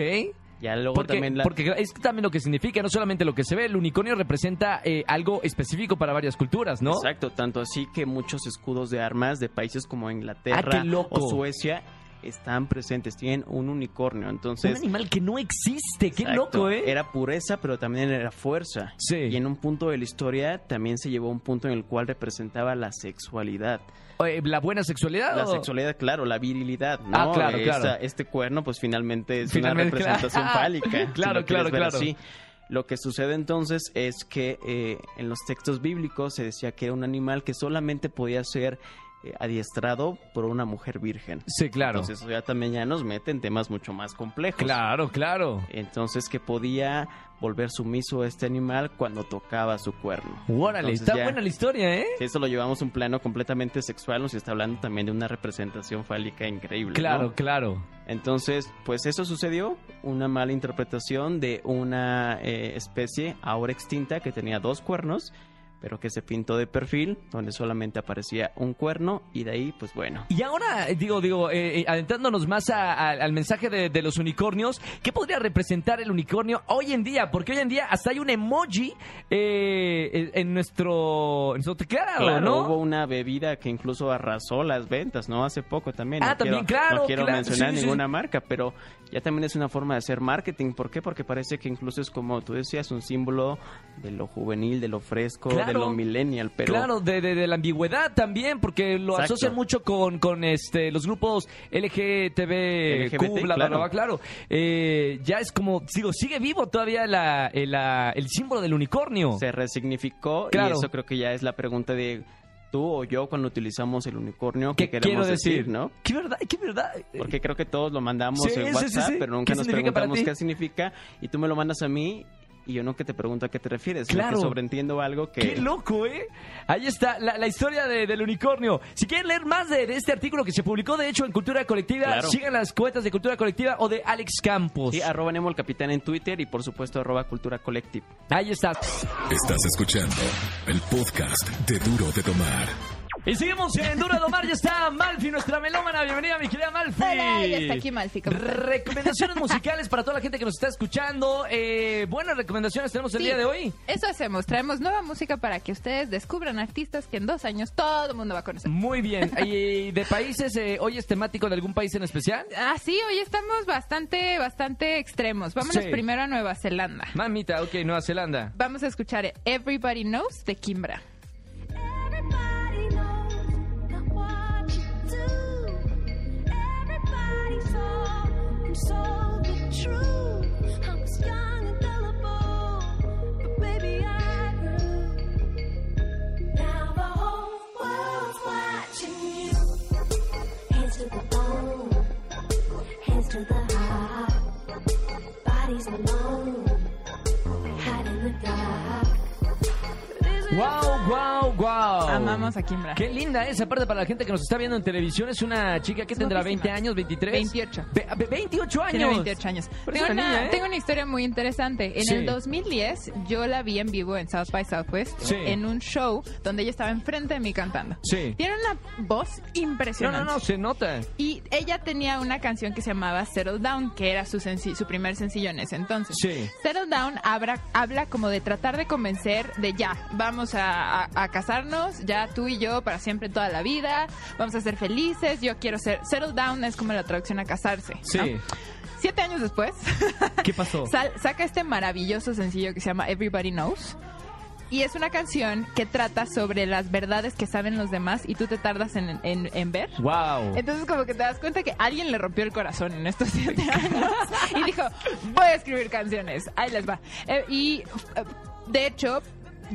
[SPEAKER 7] Ya luego
[SPEAKER 1] Porque,
[SPEAKER 7] también la...
[SPEAKER 1] porque es también lo que significa, no solamente lo que se ve. El unicornio representa eh, algo específico para varias culturas, ¿no?
[SPEAKER 7] Exacto, tanto así que muchos escudos de armas de países como Inglaterra
[SPEAKER 1] Ah, qué loco.
[SPEAKER 7] o Suecia están presentes, tienen un unicornio,
[SPEAKER 1] Un
[SPEAKER 7] entonces...
[SPEAKER 1] animal que no existe. Qué
[SPEAKER 7] Exacto.
[SPEAKER 1] loco, ¿eh?
[SPEAKER 7] Era pureza, pero también era fuerza.
[SPEAKER 1] Sí.
[SPEAKER 7] Y en un punto de la historia también se llevó a un punto en el cual representaba la sexualidad.
[SPEAKER 1] Eh, ¿La buena sexualidad?
[SPEAKER 7] La
[SPEAKER 1] o-
[SPEAKER 7] sexualidad, claro, la virilidad, ¿no?
[SPEAKER 1] Oh. Ah, claro,
[SPEAKER 7] Eh,
[SPEAKER 1] claro.
[SPEAKER 7] esta- este cuerno, pues finalmente es
[SPEAKER 1] Finalmente,
[SPEAKER 7] una representación
[SPEAKER 1] claro. Claro,
[SPEAKER 7] fálica. si lo quieres
[SPEAKER 1] claro,
[SPEAKER 7] ver
[SPEAKER 1] claro.
[SPEAKER 7] así. Lo que sucede entonces es que eh, en los textos bíblicos se decía que era un animal que solamente podía ser eh, adiestrado por una mujer virgen.
[SPEAKER 1] Sí, claro.
[SPEAKER 7] Entonces eso ya también ya nos mete en temas mucho más complejos.
[SPEAKER 1] Claro, claro.
[SPEAKER 7] Entonces que podía volver sumiso a este animal cuando tocaba su cuerno.
[SPEAKER 1] Órale,
[SPEAKER 7] Entonces,
[SPEAKER 1] está
[SPEAKER 7] ya,
[SPEAKER 1] buena la historia, ¿eh?
[SPEAKER 7] si eso lo llevamos a un plano completamente sexual, nos está hablando también de una representación fálica increíble. ¿no?
[SPEAKER 1] Claro, claro.
[SPEAKER 7] Entonces, pues eso sucedió, una mala interpretación de una eh, especie ahora extinta que tenía dos cuernos, pero que se pintó de perfil, donde solamente aparecía un cuerno y de ahí, pues bueno.
[SPEAKER 1] Y ahora, eh, digo, digo, eh, eh, adentrándonos más a- a- al mensaje de, de los unicornios, ¿qué podría representar el unicornio hoy en día? Porque hoy en día hasta hay un emoji eh, en- en nuestro, en nuestro teclado,
[SPEAKER 7] Claro,
[SPEAKER 1] ¿no?
[SPEAKER 7] hubo una bebida que incluso arrasó las ventas, ¿no? Hace poco también.
[SPEAKER 1] Ah,
[SPEAKER 7] no
[SPEAKER 1] también,
[SPEAKER 7] quiero,
[SPEAKER 1] claro,
[SPEAKER 7] No quiero
[SPEAKER 1] claro,
[SPEAKER 7] mencionar
[SPEAKER 1] sí, sí.
[SPEAKER 7] ninguna marca, pero ya también es una forma de hacer marketing. ¿Por qué? Porque parece que incluso es como tú decías, un símbolo de lo juvenil, de lo fresco, de
[SPEAKER 1] Claro.
[SPEAKER 7] lo millennial, pero.
[SPEAKER 1] Claro, de, de- de la ambigüedad también, porque lo
[SPEAKER 7] Exacto.
[SPEAKER 1] asocian mucho con, con este los grupos LGTB,
[SPEAKER 7] LGBT,
[SPEAKER 1] bla, bla,
[SPEAKER 7] claro.
[SPEAKER 1] bla, bla, claro. Eh, ya es como, digo, sigue vivo todavía la, el, la- el símbolo del unicornio.
[SPEAKER 7] Se resignificó
[SPEAKER 1] Claro.
[SPEAKER 7] y eso creo que ya es la pregunta de tú o yo cuando utilizamos el unicornio que
[SPEAKER 1] ¿Qué quiero
[SPEAKER 7] queremos
[SPEAKER 1] decir?
[SPEAKER 7] ¿no?
[SPEAKER 1] ¿Qué verdad? ¿Qué verdad?
[SPEAKER 7] Porque creo que todos lo mandamos
[SPEAKER 1] Sí, sí,
[SPEAKER 7] en
[SPEAKER 1] sí,
[SPEAKER 7] WhatsApp,
[SPEAKER 1] sí.
[SPEAKER 7] pero
[SPEAKER 1] ¿Qué
[SPEAKER 7] nunca nos
[SPEAKER 1] significa para
[SPEAKER 7] preguntamos
[SPEAKER 1] ti?
[SPEAKER 7] qué significa y tú me lo mandas a mí y yo nunca te pregunto a qué te refieres, sino
[SPEAKER 1] Claro.
[SPEAKER 7] que sobreentiendo algo que
[SPEAKER 1] Qué loco, ¿eh? Ahí está la, la historia de- del unicornio. Si quieren leer más de, de este artículo que se publicó, de hecho, en Cultura Colectiva,
[SPEAKER 7] Claro.
[SPEAKER 1] sigan las cuentas de Cultura Colectiva o de Alex Campos.
[SPEAKER 7] Sí, arroba Nemo el Capitán en Twitter y por supuesto arroba Cultura Collective.
[SPEAKER 1] Ahí está.
[SPEAKER 2] Estás escuchando el podcast de Duro de Tomar.
[SPEAKER 1] Y seguimos en Dura Domar. Ya está Malfi, nuestra melómana. Bienvenida, mi querida Malfi.
[SPEAKER 8] Hola, ya está aquí Malfi, ¿cómo estás?
[SPEAKER 1] Recomendaciones musicales para toda la gente que nos está escuchando. Eh, buenas recomendaciones tenemos el
[SPEAKER 8] Sí,
[SPEAKER 1] día de hoy.
[SPEAKER 8] Eso hacemos, traemos nueva música para que ustedes descubran artistas que en dos años todo el mundo va a conocer.
[SPEAKER 1] Muy bien. ¿Y de países, eh, hoy es temático de algún país en especial?
[SPEAKER 8] Ah, sí, hoy estamos bastante, bastante extremos. Vámonos
[SPEAKER 1] Sí.
[SPEAKER 8] primero a Nueva Zelanda.
[SPEAKER 1] Mamita, ok, Nueva Zelanda.
[SPEAKER 8] Vamos a escuchar Everybody Knows de Kimbra.
[SPEAKER 9] Everybody knows not what you do. Everybody's all and so the truth. I was young and gullible, but baby I grew. Now the whole world's watching you. Hands to the bone, hands to the heart. Bodies alone, hide in the dark.
[SPEAKER 1] Wow, wow, wow.
[SPEAKER 8] Amamos a Kimbra.
[SPEAKER 1] Qué linda es, aparte para la gente que nos está viendo en televisión, es una chica que
[SPEAKER 8] Es
[SPEAKER 1] tendrá
[SPEAKER 8] guapísima.
[SPEAKER 1] 20 años, 23.
[SPEAKER 8] 28.
[SPEAKER 1] Ve- ve- 28 años.
[SPEAKER 8] Tiene 28 años.
[SPEAKER 1] Pero es
[SPEAKER 8] Tengo
[SPEAKER 1] una
[SPEAKER 8] una,
[SPEAKER 1] niña, ¿eh?
[SPEAKER 8] tengo una historia muy interesante. En
[SPEAKER 1] Sí.
[SPEAKER 8] el 2010 yo la vi en vivo en South by Southwest
[SPEAKER 1] Sí.
[SPEAKER 8] en un show donde ella estaba enfrente de mí cantando.
[SPEAKER 1] Sí.
[SPEAKER 8] Tiene una voz
[SPEAKER 1] No,
[SPEAKER 8] impresionante.
[SPEAKER 1] no, no, se nota.
[SPEAKER 8] Y ella tenía una canción que se llamaba Settle Down, que era su, senci- su primer sencillo en ese entonces.
[SPEAKER 1] Sí.
[SPEAKER 8] Settle Down habla, habla como de tratar de convencer de ya, vamos a, a- a casarnos, ya tú y yo para siempre toda la vida, vamos a ser felices, yo quiero ser... Settle Down es como la traducción a casarse. ¿no?
[SPEAKER 1] Sí. Oh.
[SPEAKER 8] Siete años después,
[SPEAKER 1] ¿Qué pasó?
[SPEAKER 8] sal- saca este maravilloso sencillo que se llama Everybody Knows. Y es una canción que trata sobre las verdades que saben los demás y tú te tardas en- en- en ver.
[SPEAKER 1] Wow.
[SPEAKER 8] Entonces como que te das cuenta que alguien le rompió el corazón en estos siete años y dijo, voy a escribir canciones, ahí les va. Eh, y eh, de hecho,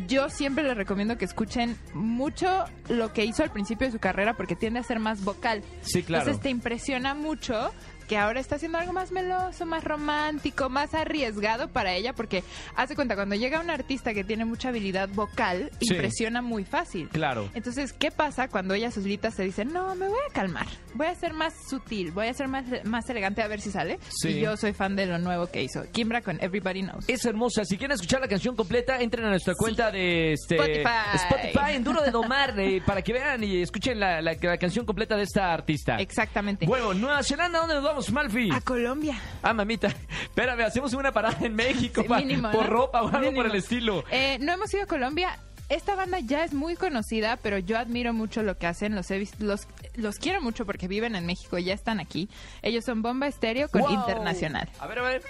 [SPEAKER 8] yo siempre les recomiendo que escuchen mucho lo que hizo al principio de su carrera porque tiende a ser más vocal.
[SPEAKER 1] Sí, claro.
[SPEAKER 8] Entonces te impresiona mucho que ahora está haciendo algo más meloso, más romántico, más arriesgado para ella porque hace cuenta cuando llega un artista que tiene mucha habilidad vocal,
[SPEAKER 1] Sí.
[SPEAKER 8] impresiona muy fácil.
[SPEAKER 1] Claro.
[SPEAKER 8] Entonces, ¿qué pasa cuando ella solita se dice, no, me voy a calmar, voy a ser más sutil, voy a ser más, más elegante a ver si sale?
[SPEAKER 1] Sí.
[SPEAKER 8] Y yo soy fan de lo nuevo que hizo, Kimbra con Everybody Knows.
[SPEAKER 1] Es hermosa. Si quieren escuchar la canción completa, entren a nuestra cuenta de este,
[SPEAKER 8] Spotify.
[SPEAKER 1] Spotify en Duro de Domar eh, para que vean y escuchen la, la- la canción completa de esta artista.
[SPEAKER 8] Exactamente.
[SPEAKER 1] Bueno, Nueva Zelanda, ¿dónde nos vamos, Malfi?
[SPEAKER 8] A Colombia.
[SPEAKER 1] Ah, mamita. Espérame, hacemos una parada en México
[SPEAKER 8] Sí,
[SPEAKER 1] pa-
[SPEAKER 8] mínimo,
[SPEAKER 1] por
[SPEAKER 8] ¿no?
[SPEAKER 1] ropa o algo por
[SPEAKER 8] Mínimo.
[SPEAKER 1] el estilo.
[SPEAKER 8] Eh, no hemos ido a Colombia. Esta banda ya es muy conocida, pero yo admiro mucho lo que hacen. Los he vis- los, los quiero mucho porque viven en México, ya están aquí. Ellos son Bomba Estéreo con
[SPEAKER 1] Wow.
[SPEAKER 8] Internacional.
[SPEAKER 1] A ver, a ver.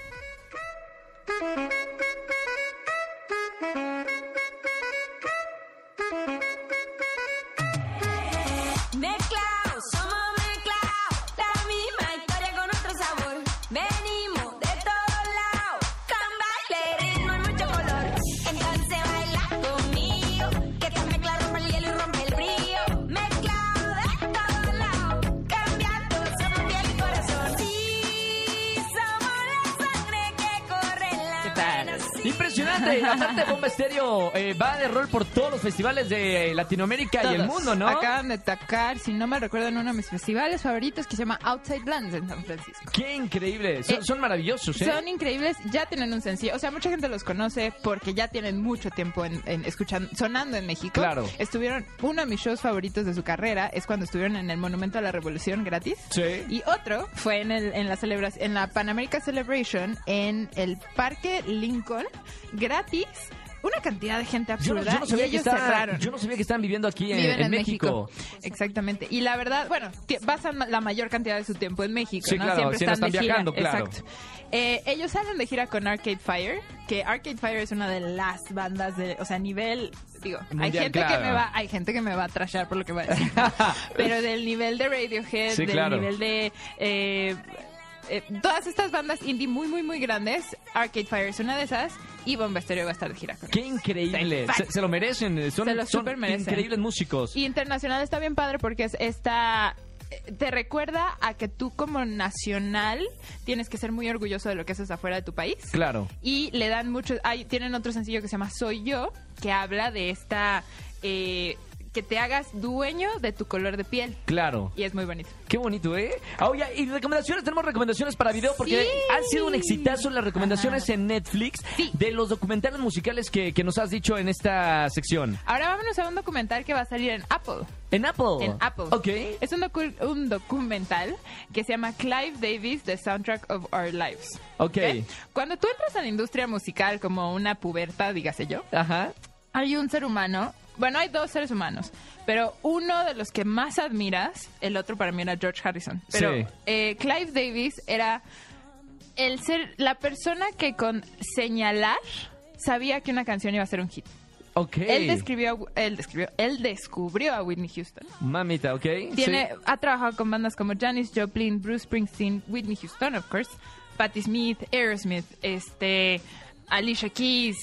[SPEAKER 9] Mezclao, somos mezclao, la misma historia con otro sabor. Venimos de todos lados, con baile, ritmo y mucho color. Entonces baila conmigo, que te mezcla rompe el hielo y rompe el brillo. Mezclao de todos lados, cambiando, somos piel y corazón. Sí, somos la sangre que corre en la
[SPEAKER 8] ¿Qué tal?
[SPEAKER 9] vena, sí.
[SPEAKER 1] Impresionante. Aparte, Bomba Estéreo eh, va de rol por todos los festivales de eh, Latinoamérica y el
[SPEAKER 8] Todos.
[SPEAKER 1] mundo, ¿no?
[SPEAKER 8] Acaban de tocar, si no me recuerdo, en uno de mis festivales favoritos que se llama Outside Lands en San Francisco.
[SPEAKER 1] Qué increíble. Son,
[SPEAKER 8] Eh,
[SPEAKER 1] son maravillosos, ¿eh?
[SPEAKER 8] Son increíbles, ya tienen un sencillo. O sea, mucha gente los conoce porque ya tienen mucho tiempo en, en escuchando, sonando en México.
[SPEAKER 1] Claro.
[SPEAKER 8] Estuvieron, uno de mis shows favoritos de su carrera es cuando estuvieron en el Monumento a la Revolución gratis.
[SPEAKER 1] Sí.
[SPEAKER 8] Y otro fue en, el, en, la celebra en la Panamérica Celebration en el Parque Lincoln gratis. Una cantidad de gente
[SPEAKER 1] Yo no,
[SPEAKER 8] absurda.
[SPEAKER 1] yo no sabía
[SPEAKER 8] y
[SPEAKER 1] que
[SPEAKER 8] ellos
[SPEAKER 1] estaban,
[SPEAKER 8] cerraron.
[SPEAKER 1] yo no sabía que estaban viviendo aquí en,
[SPEAKER 8] Viven
[SPEAKER 1] en México.
[SPEAKER 8] Exactamente. Y la verdad, bueno, ti- pasan la mayor cantidad de su tiempo en México,
[SPEAKER 1] Sí,
[SPEAKER 8] ¿no?
[SPEAKER 1] claro,
[SPEAKER 8] Siempre
[SPEAKER 1] sí, no
[SPEAKER 8] están, de
[SPEAKER 1] están
[SPEAKER 8] gira.
[SPEAKER 1] viajando, claro.
[SPEAKER 8] Exacto. Eh, ellos salen de gira con Arcade Fire, que Arcade Fire es una de las bandas de, o sea, nivel, digo, hay
[SPEAKER 1] Mundial,
[SPEAKER 8] gente
[SPEAKER 1] claro.
[SPEAKER 8] que me va, hay gente que me va a trashar por lo que va a decir, pero del nivel de Radiohead,
[SPEAKER 1] Sí,
[SPEAKER 8] del
[SPEAKER 1] claro.
[SPEAKER 8] nivel de eh, eh, todas estas bandas indie muy, muy, muy grandes. Arcade Fire es una de esas. Y Bomba Estéreo va a estar de gira con
[SPEAKER 1] Qué increíble. Se, se lo merecen. eh, Son,
[SPEAKER 8] Se lo
[SPEAKER 1] son
[SPEAKER 8] supermerecen.
[SPEAKER 1] increíbles músicos.
[SPEAKER 8] Y internacional está bien padre porque es esta eh, te recuerda a que tú como nacional tienes que ser muy orgulloso de lo que haces afuera de tu país.
[SPEAKER 1] Claro.
[SPEAKER 8] Y le dan mucho, hay, tienen otro sencillo que se llama Soy yo, que habla de esta eh, que te hagas dueño de tu color de piel.
[SPEAKER 1] Claro.
[SPEAKER 8] Y es muy bonito.
[SPEAKER 1] Qué bonito, ¿eh? Ah, oye, y recomendaciones, tenemos recomendaciones para video porque
[SPEAKER 8] Sí.
[SPEAKER 1] han sido un exitazo las recomendaciones en Netflix
[SPEAKER 8] Sí.
[SPEAKER 1] de los documentales musicales que, que nos has dicho en esta sección.
[SPEAKER 8] Ahora vámonos a un documental que va a salir en Apple.
[SPEAKER 1] En Apple.
[SPEAKER 8] En Apple.
[SPEAKER 1] Ok.
[SPEAKER 8] Es un, docu- un documental que se llama Clive Davis, The Soundtrack of Our Lives.
[SPEAKER 1] Ok.
[SPEAKER 8] Cuando tú entras a la industria musical como una puberta, dígase yo,
[SPEAKER 1] Ajá.
[SPEAKER 8] hay un ser humano. Bueno, hay dos seres humanos, pero uno de los que más admiras, el otro para mí era George Harrison. Pero
[SPEAKER 1] Sí.
[SPEAKER 8] eh, Clive Davis era el ser, la persona que con señalar sabía que una canción iba a ser un hit.
[SPEAKER 1] Ok.
[SPEAKER 8] Él describió, él describió, él descubrió a Whitney Houston.
[SPEAKER 1] Mamita, ok.
[SPEAKER 8] Tiene, ha trabajado con bandas como Janis Joplin, Bruce Springsteen, Whitney Houston, of course, Patti Smith, Aerosmith, este, Alicia Keys.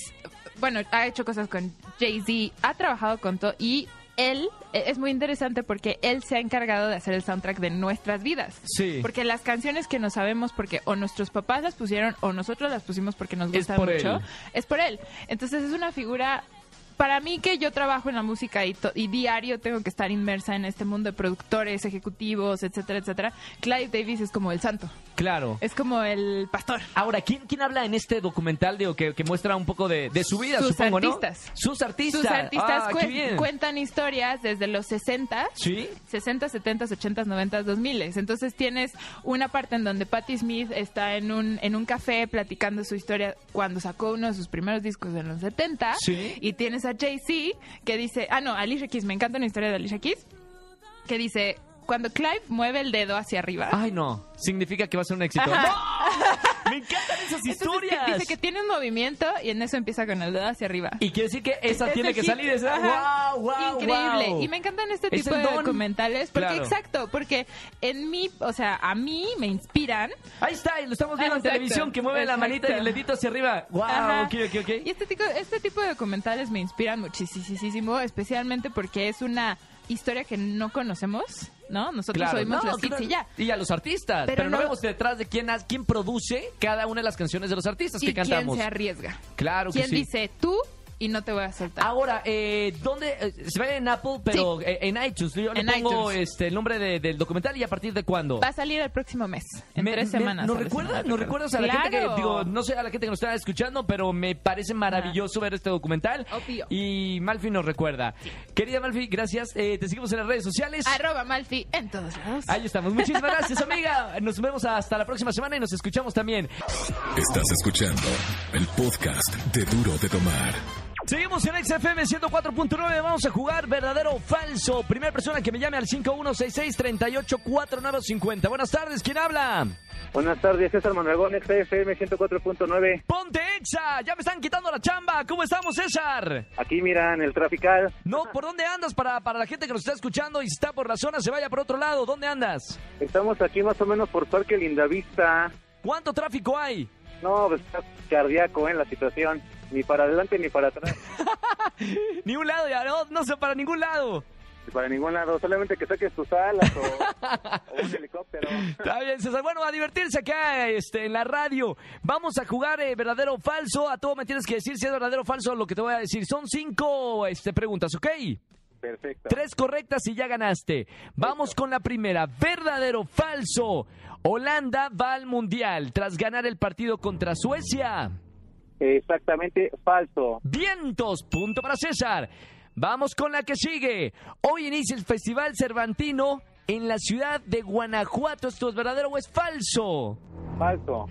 [SPEAKER 8] Bueno, ha hecho cosas con Jay-Z, ha trabajado con todo y él eh, es muy interesante porque él se ha encargado de hacer el soundtrack de nuestras vidas.
[SPEAKER 1] Sí.
[SPEAKER 8] Porque las canciones que no sabemos porque o nuestros papás las pusieron o nosotros las pusimos porque nos
[SPEAKER 1] Es
[SPEAKER 8] gustan
[SPEAKER 1] por
[SPEAKER 8] mucho,
[SPEAKER 1] él.
[SPEAKER 8] es por él. Entonces es una figura para mí que yo trabajo en la música y, to- y diario tengo que estar inmersa en este mundo de productores, ejecutivos, etcétera, etcétera. Clive Davis es como el santo,
[SPEAKER 1] Claro.
[SPEAKER 8] es como el pastor.
[SPEAKER 1] Ahora, ¿quién, ¿quién habla en este documental de, o que, que muestra un poco de, de su vida,
[SPEAKER 8] Sus
[SPEAKER 1] supongo,
[SPEAKER 8] artistas.
[SPEAKER 1] no? Sus artistas.
[SPEAKER 8] Sus artistas
[SPEAKER 1] Ah,
[SPEAKER 8] cuen-
[SPEAKER 1] qué bien.
[SPEAKER 8] cuentan historias desde los 60
[SPEAKER 1] Sí.
[SPEAKER 8] 60, 70, 80, 90, 2000. Entonces tienes una parte en donde Patti Smith está en un, en un café platicando su historia cuando sacó uno de sus primeros discos en los 70.
[SPEAKER 1] Sí.
[SPEAKER 8] Y tienes a Jay-Z que dice, ah, no, Alicia Keys, me encanta una historia de Alicia Keys, que dice, cuando Clive mueve el dedo hacia arriba.
[SPEAKER 1] Ay, no. Significa que va a ser un éxito.
[SPEAKER 8] Ajá.
[SPEAKER 1] ¡No! Me encantan esas
[SPEAKER 8] Entonces,
[SPEAKER 1] historias.
[SPEAKER 8] dice que tiene un movimiento y en eso empieza con el dedo hacia arriba.
[SPEAKER 1] Y quiere decir que esa
[SPEAKER 8] Es
[SPEAKER 1] tiene
[SPEAKER 8] el
[SPEAKER 1] que
[SPEAKER 8] hit.
[SPEAKER 1] salir. ¿eh? Esa.
[SPEAKER 8] Ajá.
[SPEAKER 1] ¡Wow, wow,
[SPEAKER 8] Increíble.
[SPEAKER 1] wow!
[SPEAKER 8] Y me encantan este
[SPEAKER 1] Es
[SPEAKER 8] tipo
[SPEAKER 1] el
[SPEAKER 8] de
[SPEAKER 1] don.
[SPEAKER 8] documentales. Porque,
[SPEAKER 1] Claro.
[SPEAKER 8] exacto, porque en mí, o sea, a mí me inspiran.
[SPEAKER 1] Ahí está, y lo estamos viendo en
[SPEAKER 8] Exacto,
[SPEAKER 1] televisión que mueve la manita y
[SPEAKER 8] exacto.
[SPEAKER 1] el dedito hacia arriba. ¡Wow!
[SPEAKER 8] Ajá.
[SPEAKER 1] Ok, ok, ok.
[SPEAKER 8] Y este tipo, este tipo de documentales me inspiran muchísimo, especialmente porque es una historia que no conocemos, ¿no? Nosotros
[SPEAKER 1] Claro,
[SPEAKER 8] oímos
[SPEAKER 1] no,
[SPEAKER 8] las hits
[SPEAKER 1] claro.
[SPEAKER 8] y ya.
[SPEAKER 1] a los artistas. Pero,
[SPEAKER 8] Pero
[SPEAKER 1] no,
[SPEAKER 8] no-
[SPEAKER 1] vemos detrás de quién, ha- quién produce cada una de las canciones de los artistas
[SPEAKER 8] ¿Y
[SPEAKER 1] que cantamos.
[SPEAKER 8] quién se arriesga?
[SPEAKER 1] Claro que
[SPEAKER 8] ¿Quién
[SPEAKER 1] sí.
[SPEAKER 8] dice tú y no te voy a soltar?
[SPEAKER 1] Ahora, eh, ¿dónde? eh, se ve en Apple, pero eh, en iTunes. Yo le
[SPEAKER 8] En
[SPEAKER 1] pongo
[SPEAKER 8] iTunes.
[SPEAKER 1] Este, el nombre de- del documental y a partir de cuándo.
[SPEAKER 8] Va a salir el próximo mes, en
[SPEAKER 1] Me-
[SPEAKER 8] tres
[SPEAKER 1] me-
[SPEAKER 8] semanas.
[SPEAKER 1] ¿Nos
[SPEAKER 8] sale esa
[SPEAKER 1] recuerdas?
[SPEAKER 8] madre,
[SPEAKER 1] ¿Nos
[SPEAKER 8] creo.
[SPEAKER 1] recuerdas a la gente que,
[SPEAKER 8] ¡Claro!
[SPEAKER 1] digo, no sé a la gente que nos está escuchando, pero me parece maravilloso ver este documental.
[SPEAKER 8] Obvio.
[SPEAKER 1] Y Malfi nos recuerda. Querida Malfi, gracias. Eh, te seguimos en las redes sociales.
[SPEAKER 8] Arroba Malfi en todos lados.
[SPEAKER 1] Ahí estamos. Muchísimas gracias, amiga. Nos vemos hasta la próxima semana y nos escuchamos también.
[SPEAKER 2] Estás escuchando el podcast de Duro de Tomar.
[SPEAKER 1] Seguimos en XFM 104.9. Vamos a jugar verdadero o falso. Primera persona que me llame al 5166-384950. Buenas tardes. ¿Quién habla?
[SPEAKER 3] Buenas tardes, César Mondragón, XFM 104.9.
[SPEAKER 1] Ponte Exa. Ya me están quitando la chamba. ¿Cómo estamos, César?
[SPEAKER 3] Aquí miran el trafical.
[SPEAKER 1] No, ¿por dónde andas? Para, para la gente que nos está escuchando y si está por la zona, se vaya por otro lado. ¿Dónde andas?
[SPEAKER 3] Estamos aquí más o menos por Parque Lindavista.
[SPEAKER 1] ¿Cuánto tráfico hay?
[SPEAKER 3] No, pues, está cardíaco en la situación. Ni para adelante ni para atrás,
[SPEAKER 1] Ni un lado, ya no, no sé, para ningún lado.
[SPEAKER 3] ni para ningún lado. Solamente que saques tus alas o, o un helicóptero.
[SPEAKER 1] Está bien, César. Bueno, a divertirse acá este, en la radio. Vamos a jugar eh, verdadero o falso. A todo me tienes que decir si es verdadero o falso lo que te voy a decir. Son cinco este, preguntas, ¿ok?
[SPEAKER 3] Perfecto.
[SPEAKER 1] Tres correctas y ya ganaste. Vamos con la primera. ¿Verdadero o falso? Holanda va al Mundial tras ganar el partido contra Suecia.
[SPEAKER 3] Exactamente falso.
[SPEAKER 1] Vientos, punto para César. Vamos con la que sigue. Hoy inicia el Festival Cervantino en la ciudad de Guanajuato. ¿Esto es verdadero o es falso?
[SPEAKER 3] Falso.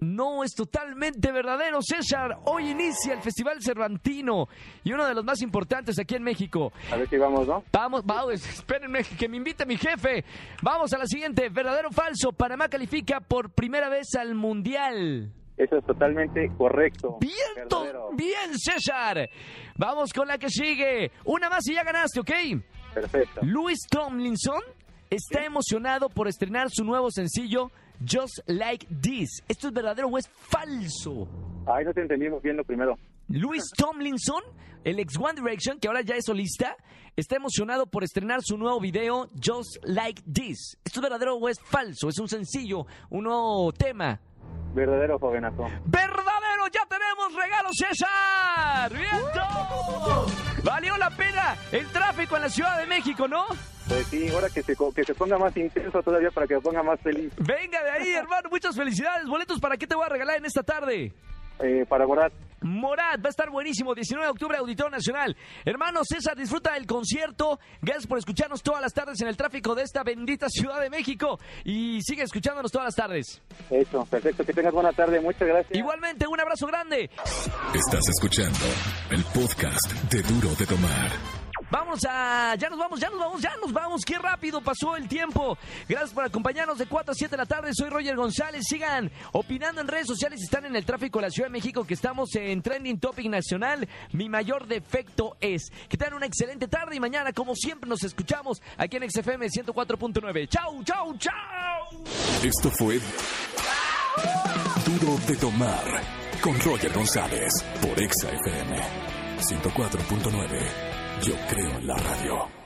[SPEAKER 1] No es totalmente verdadero, César. Hoy inicia el Festival Cervantino y uno de los más importantes aquí en México.
[SPEAKER 3] A ver si vamos, ¿no?
[SPEAKER 1] Vamos, vamos, espérenme que me invite mi jefe. Vamos a la siguiente. ¿Verdadero o falso? Panamá califica por primera vez al Mundial.
[SPEAKER 3] Eso es totalmente correcto.
[SPEAKER 1] Bien, to-
[SPEAKER 3] Verdadero.
[SPEAKER 1] bien, César. Vamos con la que sigue. Una más y ya ganaste, ¿ok?
[SPEAKER 3] Perfecto.
[SPEAKER 1] Luis Tomlinson está emocionado por estrenar su nuevo sencillo Just Like This. ¿Esto es verdadero o es falso?
[SPEAKER 4] Ay, no te entendimos bien lo primero.
[SPEAKER 1] Luis Tomlinson, el ex One Direction, que ahora ya es solista, está emocionado por estrenar su nuevo video Just Like This. ¿Esto es verdadero o es falso? Es un sencillo, un nuevo tema.
[SPEAKER 4] Verdadero, jovenazo.
[SPEAKER 1] ¡Verdadero! ¡Ya tenemos regalo, César! ¡Viento! ¡Valió la pena el tráfico en la Ciudad de México, ¿no?
[SPEAKER 4] Pues sí, ahora que se, co- que se ponga más intenso todavía para que se ponga más feliz.
[SPEAKER 1] Venga de ahí, hermano. Muchas felicidades. Boletos, ¿para qué te voy a regalar en esta tarde?
[SPEAKER 4] Eh, para guardar.
[SPEAKER 1] Morat, va a estar buenísimo, 19 de octubre, Auditorio Nacional. Hermano César, disfruta del concierto. Gracias por escucharnos todas las tardes en el tráfico de esta bendita Ciudad de México. Y sigue escuchándonos todas las tardes.
[SPEAKER 4] Eso, perfecto. Que tengas buena tarde. Muchas gracias.
[SPEAKER 1] Igualmente, un abrazo grande.
[SPEAKER 2] Estás escuchando el podcast de Duro de Tomar.
[SPEAKER 1] Vamos a. Ya nos vamos, ya nos vamos, ya nos vamos. Qué rápido pasó el tiempo. Gracias por acompañarnos de 4 a 7 de la tarde. Soy Roger González. Sigan opinando en redes sociales. si Están en el tráfico de la Ciudad de México, que estamos en Trending Topic Nacional. Mi mayor defecto es que tengan una excelente tarde y mañana, como siempre, nos escuchamos aquí en XFM 104.9. ¡Chau, chau, chau!
[SPEAKER 2] Esto fue Duro de Tomar con Roger González por Exa FM 104.9. Yo creo en la radio.